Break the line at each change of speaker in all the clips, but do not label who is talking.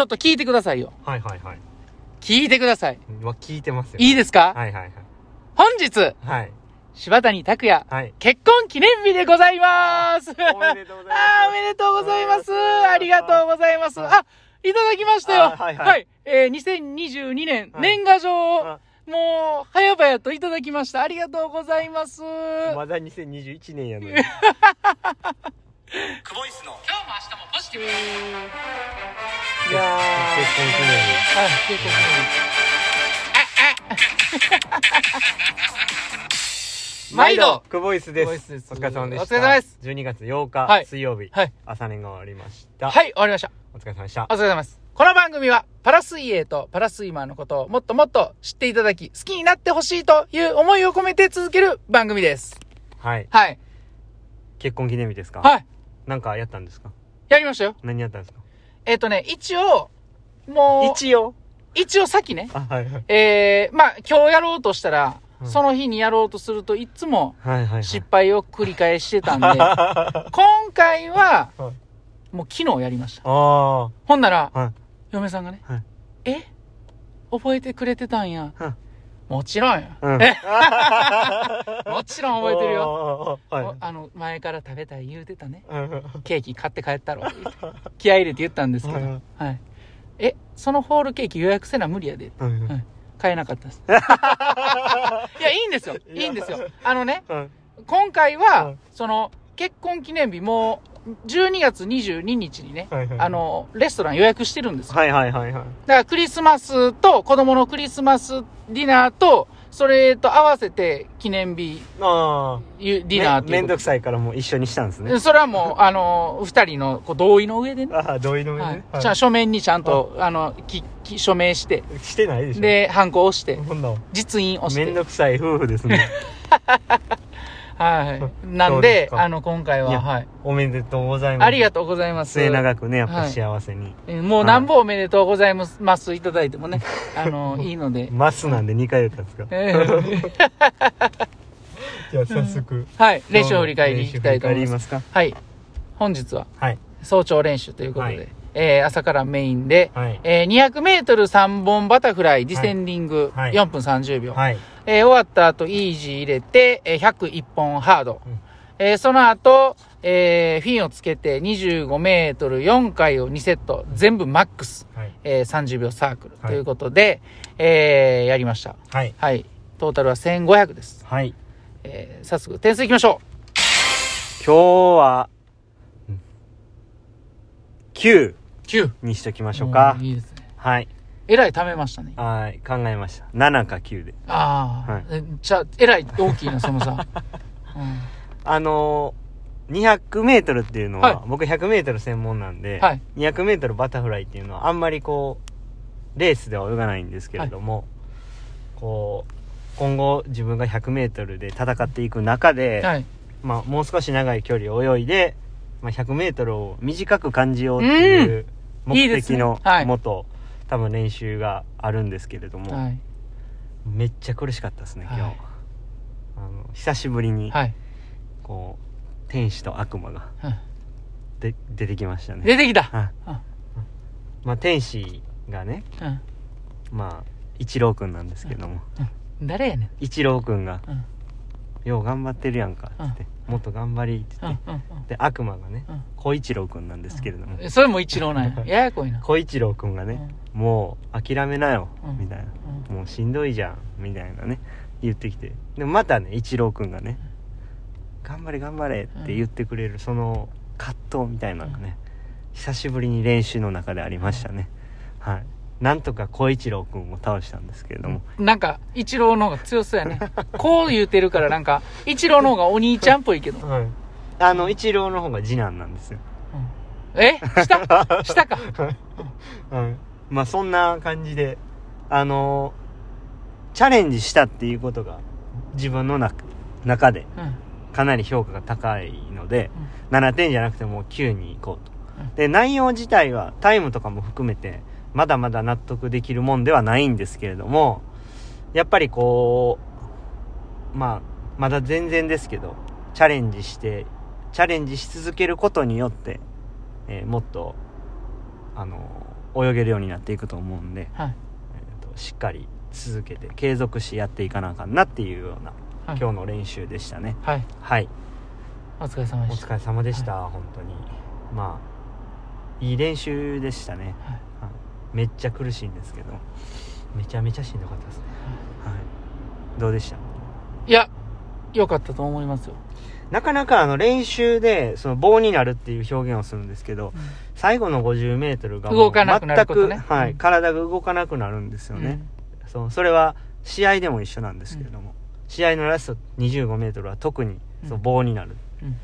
ょっと聞いてくださいよ。
はいはいはい。
聞いてください。
まあ、聞いてますよ。
いいですか、
はいはいはい。
本日、
はい。
柴谷拓也、
はい。
結婚記念日でございます
おめでとうございます
あーおめでとうございますありがとうございます
はい
あ、いただきましたよ
あはいはい
えー、2022年、
はい
年賀状を
あ、
もう、早々といただきました。ありがとうございます
まだ2021年やのに。クボイスの。
今日も明日もポジティブ
いやー。結婚記念日。
はい、結構あ、あ毎度
クボイスで
クボイ
す。
スです
お疲れ様でした。
お疲れ様です。
12月8日、
はい
水曜日、
はい
朝練が終わりました。
はい、終わりました。
お疲れ様でした
お。疲れ様です。この番組は、パラ水泳とパラスイマーのことをもっともっと知っていただき、好きになってほしいという思いを込めて続ける番組です。
はい。
はい。
結婚記念日ですかい。
はい。
なんかやったんですか
やりましたよ。
何やったんですか
えっ、とね、一応、もう、
一応。
一応先ね、
あ、はいはい。
えー、まあ、今日やろうとしたら、
うん
その日にやろうとするといつも
はいはい。
失敗を繰り返してたんで、
あ
今回は
はい、
もう昨日やりました。ほ
あ
んなら
ー。、はい。
嫁さんがね、
はい
え覚えてくれてたんや。
うん
もちろんや。
うん。
もちろん覚えてるよ。
よ。
おあの、前から食べたい言うてたね。
は
ケーキ買って帰ったろ。言うて気合い入れて言ったんですけど。
はい
はい。え、そのホールケーキ予約せな無理やで。
い。うん
はい買えなか ったです。いや、いいんですよ。いいんですよ。あのね、
うん
今回は、
はい
その、結婚記念日もう、12月22日にね、
はいはい
あの、レストラン予約してるんですよ。
はいはいはいはい。
だからクリスマスと、子供のクリスマスディナーと、それと合わせて記念日
ああ。
ゆディナーっていうこ
め
とで
めんどくさいからもう一緒にしたんですね。
それはもう、あの、二人のこう同意の上でね。
ああ、同意の上
は
ね
い。
はい
じゃあ書面にちゃんと、あの、き、き、署名して、
してないでしょ。、
で、ハンコ押して、
こんなん。
実印押
め
し
ん
て。
どくさい夫婦です ね。
はい。な
そ
ん
うで、
です
か
あの、今回
い
は、
や
はい。
おめでとうございます。
ありが
と
とうございます。
末永くね、やっ
は
ぱ
い
幸せに。
えーもうなんぼおめでとうございます、いただいてもね。あの、いいので。
マスなんで2回言ったんですか。
えー
じゃあ早速。
はい。練習を振り返りいきたいと思います。
す。か。
はい。本日は、
はい。
早朝練習ということで、
はい
えー朝からメインで、
はい。
えー、200メートル3本バタフライ、ディセンディング、
はい
4分30秒。
はい。
えー終わった後、イージー入れて、えー101本ハード。
うん
えーその後、えーフィンをつけて25メートル4回を2セット、全部マックス、
はい。
えー30秒サークル
はい
ということで、えーやりました。
はい。
はい。トータルは1500です。
はい。
えー早速、点数いきましょう。
今日は、9
9。
にしときましょうか
ん。いいですね。
はい。
えらい溜めましたね。
はい。考えました。7か9で。
ああ、
はい
えじゃあ、えらい大きいな、その さ。う
あのー、200メートルっていうのは、
は
僕100メートル専門なんで、
はい
200メートルバタフライっていうのは、あんまりこう、レースでは泳がないんですけれども、こう、今後自分が100メートルで戦っていく中で、
ん。はい。
まあ、もう少し長い距離を泳いで、まあ、100メートルを短く感じようっていう目
いいです
的
ね
の
はい
もと、多分練習があるんですけれども、
はい。
めっちゃ苦しかったですね、今日。
はい
あの久しぶりに、
はい。
こう、天使と悪魔が
うん
で出てきましたね。
出てきた。
はい
あ
まあ、天使がね、
うん。
まあ、一郎くんなんですけども、
誰やねん。
一郎くんが、
うん
よう頑張ってるやんか、つって、もっと頑張り、って
う
言
ん
って、
うん
で、悪魔がね
うん、
小一郎くんなんですけれども、
うん。それも一郎なんや。ややこいな。
小一郎くんがね、もう諦めなよ、
うん
みたいな。
うんうん
もうしんどいじゃん、みたいなね、言ってきて。でもまたね、一郎くんがね、頑張れ頑張れって言ってくれる、その葛藤みたいなのがね、久しぶりに練習の中でありましたね。はい。なんとか小一郎くんを倒したんですけれども、
なんか、一郎の方が強そうやね。こう言うてるから、なんか、一郎の方がお兄ちゃんっぽいけど。
はい。あの、一郎の方が次男なんですよ。
え下下か。
はい。まあそんな感じで、あのチャレンジしたっていうことが自分の中中で
うん。
かなり評価が高いので、7点じゃなくてもう9に行こうと
うん。
で、内容自体はタイムとかも含めて、まだまだ納得できるもんではないんですけれども、やっぱりこう、まあ、まだ全然ですけど、チャレンジして、チャレンジし続けることによって、えーもっと、あの泳げるようになっていくと思うんで、
はい
えーとしっかり続けて継続してやっていかなあかんなっていうような、
はい
今日の練習でしたね
はい
はい
お疲れ様
お
でした
疲れ様でした、本当にまあいい練習でしたね、
はい
はいめっちゃ苦しいんですけどめちゃめちゃしんどかったですね、はい、どうでした
いや良かったと思いますよ、
なかなかあの練習でその棒になるっていう表現をするんですけど最後の 50m がもう
動かなくなることね
全く、は
う
い、
ん
体が動かなくなるんですよね、そうそれは試合でも一緒なんですけれども、試合のラスト 25m は特にそううん棒になる、
うん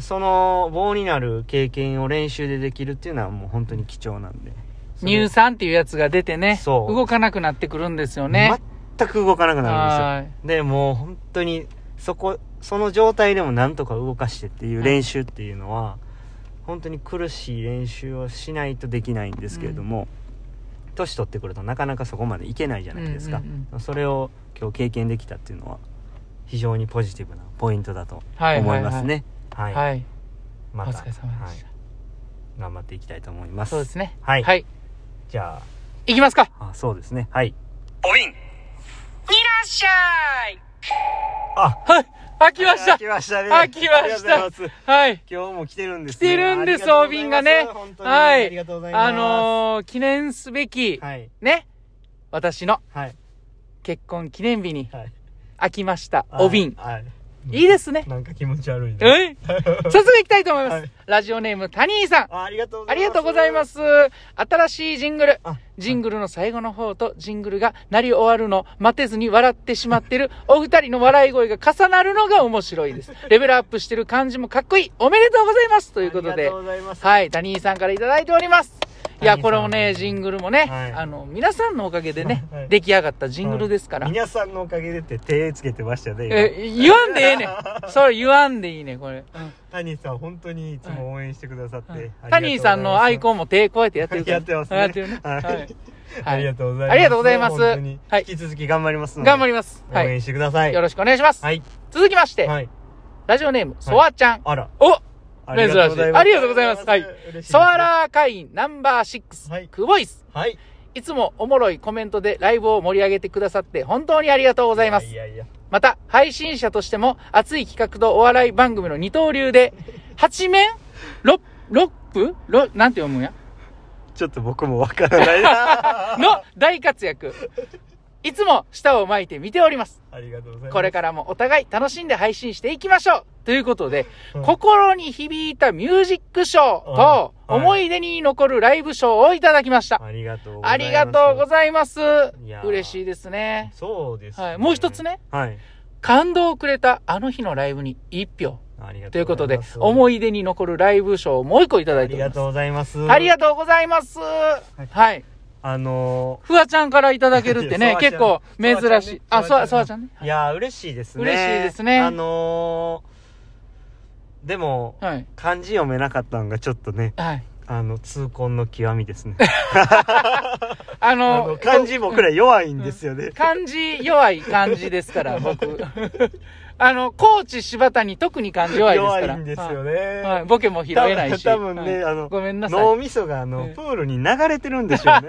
その棒になる経験を練習でできるっていうのはもう本当に貴重なんで
うん乳酸っていうやつが出てね
そう
動かなくなってくるんですよ
を
ね
全く動かなくなるん
は
ですよでもう本当にそこその状態でもなんとか動かしてっていう練習っていうのは、本当に苦しい練習をしないとできないんですけれども、年取ってくるとなかなかそこまでいけないじゃ
い
ないですか、
うんうんうん
それを今日経験できたっていうのは非常にポジティブなポイントだと
は
思いますね。は、
はいい、はい
ま
お
た、
疲れ様
は
で
い
した、
頑張っていきたいと思います。
そうですね
はい、
はい
じゃ
いきますか
ああそうですね。はい。
おいんいらっしゃい
あ、
はいあ来ました
あ来ましたね。
あ来ました
ありがとうございます
はい
今日も来てるんです、
来てるんです
ありがとうございます
お瓶がね
本当に
はい
ありがとうございます。
あのー、記念すべき、
はい
ね私の
はい
結婚記念日に
はい。
開きましたお瓶
はい。
いいですね
なんか気持ち悪いね。
えい早速いきたいと思います、
はい
ラジオネームタニーさん
あありがとうござ
あ
います。。
りがとうございますす。新しいジングル
あ。
ジングルの最後の方とジングルが鳴り終わるのを待てずに笑ってしまってるお二人の笑い声が重なるのが面白い です。レベルアップしてる感じもかっこいい。おめでとうございます。と
と
いうこと
あり
で
がと、うございます。
はい、ダニーさんからいただいております。い
ダ
や、
ニーさん
これもね、ジングルもね、
はい
あの、皆さんのおかげでね、
はい
出来上がったジングルですから。
皆さんのおかげでって手つけてましたね。今
え、言わんでええねん。それ言わんでいいねん、これ。
谷さん本当にいつも応援してくださって、
タニーさんのアイコ
ン
ンも手こうやってやってるから。
やってますね
やってるね。
はい
は
あ
い
りがとうございます
ありがとうございます
本当に
はい
引き続き頑張りますので
頑張ります。は
応
い。
援してください
よろしくお願いします。
はい
続きまして、
はい
ラジオネーム、ソワちゃん。
あら
お
ありがとうござ
珍し
います
いありがとうございますはい
嬉しいです
ソワラー会員ナンバー6、
はい
クボイス。
はい
いつもおもろいコメントでライブを盛り上げてくださって本当にありがとうご
ご
ざいます。
いやいや
また、配信者としても熱い企画とお笑い番組の二刀流 で、八面六、六分ろなんて読むんや
ちょっと僕もわからないな
の大活躍。いつも舌を巻いて見ております。
ありがとうございます
これからもお互い楽しんで配信していきましょうということで、
うん
心に響いたミュージックショーと、
うんはい
思い出に残るライブショーをいただきました。
ありがとうござ
あ
います
りがとうございます
や。ー
嬉しいですね。
そうです、
はい。もう一つね、
はい
感動をくれたあの日のライブに一票
ありが
と
と
いううこ
ござ
と
い
で
ます、
思い出に残るライブショーをもう一個いただ
あ
いて
り
おり
が
ます
とう。ございます
ありがとうございます。はい。
あのー、
ふわちゃんからいただけるって
い
ね、
や
結構珍
ソワちゃん
しい
ね。
あ、
ソ
そ
ワちゃん
わ、そわちゃんね。
いやー嬉しいですね
嬉しいですね
あのー、でも、
はい。
漢字読めなかったのがちょっとね
はい。
あの痛恨の極みですね
あ
あ
の
の、漢字僕ら弱いんですよね、
漢字弱い漢字です から、僕。あの、高知柴田に特に漢字弱いですから。
弱いんですよね、
はい。はいボケも拾えないし。
多分多分ね
はい
あの
ごめんなさ
脳
い。
みそがあの、
うん
プールに流れてるんでしょうね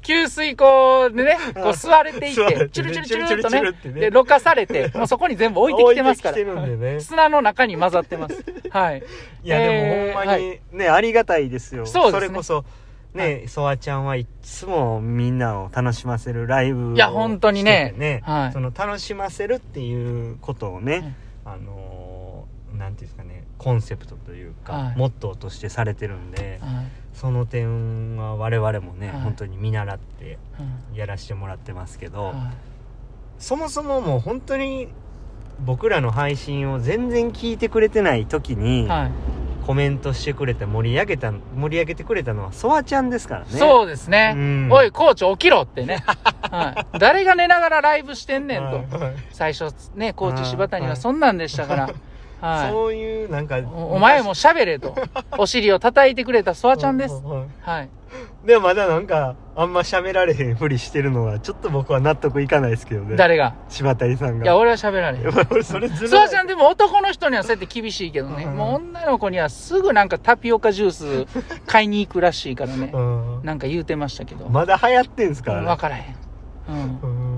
給水口でね、こう吸れてい
吸われて
て
ね、
チュルチュルチュルっと
チュルチュルチュルって
ね、
ね
で、ろ過されて、もうそこに全部 置いてきてますから。
置いてきてるんでね
砂の中に混ざってます。はい。
いやでもほんまに
え
ね、ありがたいですよ
そうですね
れこそね、ソワちゃんはいつもみんなを楽しませるライブを
いや本当にね
しててね、
はい
その楽しませるっていうことをね、あのーなんていうんですかねコンセプトというか、
はい
モットーとしてされてるんで
はい
その点は我々もね、
はい
本当に見習って
うん
やらせてもらってますけど、
はい
そもそももう本当に僕らの配信を全然聞いてくれてない時に、
はい。
コメントしてくれて盛り上げた盛り上げてくれたのはソワちゃんですからね
そうですね。
うん
おい、コーチ起きろってね。はい、誰が寝ながらライブしてんねんと。
はいはい
最初、ね、コーチ柴谷
は
はい そんなんでしたから。は
そういうなんか
い。おお前も喋れ と。お尻を叩いてくれたソワちゃんです
う。うう
はい。
でもまだなんかあんま喋られへんふりしてるのはちょっと僕は納得いかないですけどね
誰が
柴谷さんが
いや、俺は喋られへ ん。
俺それずるい
ソワちゃんでも男の人にはそうやって厳しいけどね。
うん
もう女の子にはすぐなんかタピオカジュース買いに行くらしいからね
う。ん
なんか言うてましたけど。
まだ流行ってんすからね
わからへん。うん。
うん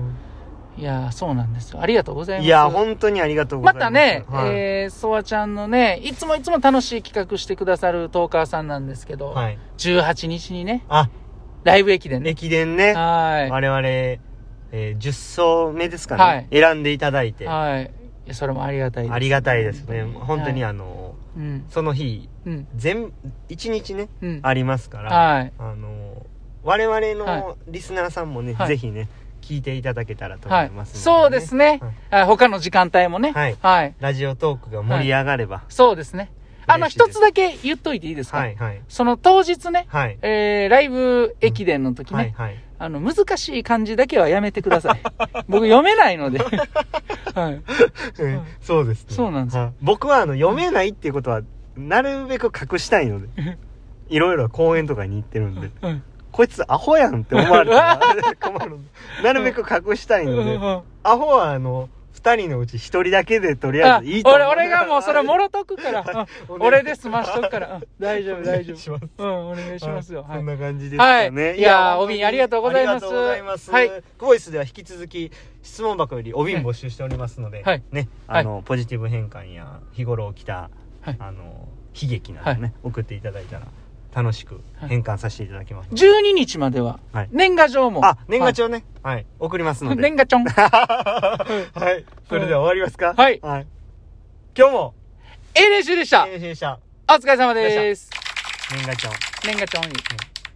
いやーそうなんですよ。ありがとうございます。
いや本当にありがとうござ
ま
います
たね、
はい
えー、ソワちゃんのね、いつもいつも楽しい企画してくださるトーカーさんなんですけど、
はい
18日にね、
あ
ライブ駅伝ね。
駅伝ね
は
我々、えー、10走目ですかね、
はい
選んでいただい
い。
てあ
はい。いやそれもありがたいです。
りがたいですね本当に
は
あの、
うん。
その日
うん。
全1日ね
うん。
ありますから、
はい。
あの我々
は
のリスナーさんもね、
はい
ぜひね聞いていただけたらと思
はいい。
ます
そうです
ね
ね。あ他の時間帯もね。
はい
はい。
ラジオトークが盛り上がれば
そうですね。あの、
嬉しいで
一
す
つだけ言っといていいですか、
はいはい
その当日ね、
はい
えー、ライブ駅伝の時ね、
はいはい
あの、難しい漢字だけはやめてください。僕読めないの で。はい。
うんそうですね
そうなんですよ
はい僕はあの読めないっていうことはなるべく隠したいのでいろいろ公園とかに行ってるんで
うん
こいつアホやんって思われたら 困るんでなるべく隠したいのでアホはあの2人のうち1人だけでとりあ
あ
えずいいと思う
俺、俺がもうそれもろとく から。うん俺で済ましとくから。うん大丈夫、大丈
お願いしま
夫
す。
うん、お願いしますよ。
はい
は
そ
い
ん。な感じですかね。
はいいやーおびんありがとうございます
ありがとうございます。
はい
ボイスでは引き続き質問箱よりおびん募集しておりますので、
はい
ね、あの、ポジティブ変換や日頃起きた、
はい
あの悲劇などね、
は
送っていただいたら楽しく変換させていただきます。
12日までは
はい、
年賀状も。
あ、年賀帳ね、はい、送ります
は
の
い
で。
年賀ちょん。
はい、それでは終わりますか。
はい
今日も
A 練習でした。
編集者
お疲れ様です。
年賀帳。
年賀ちょんいい。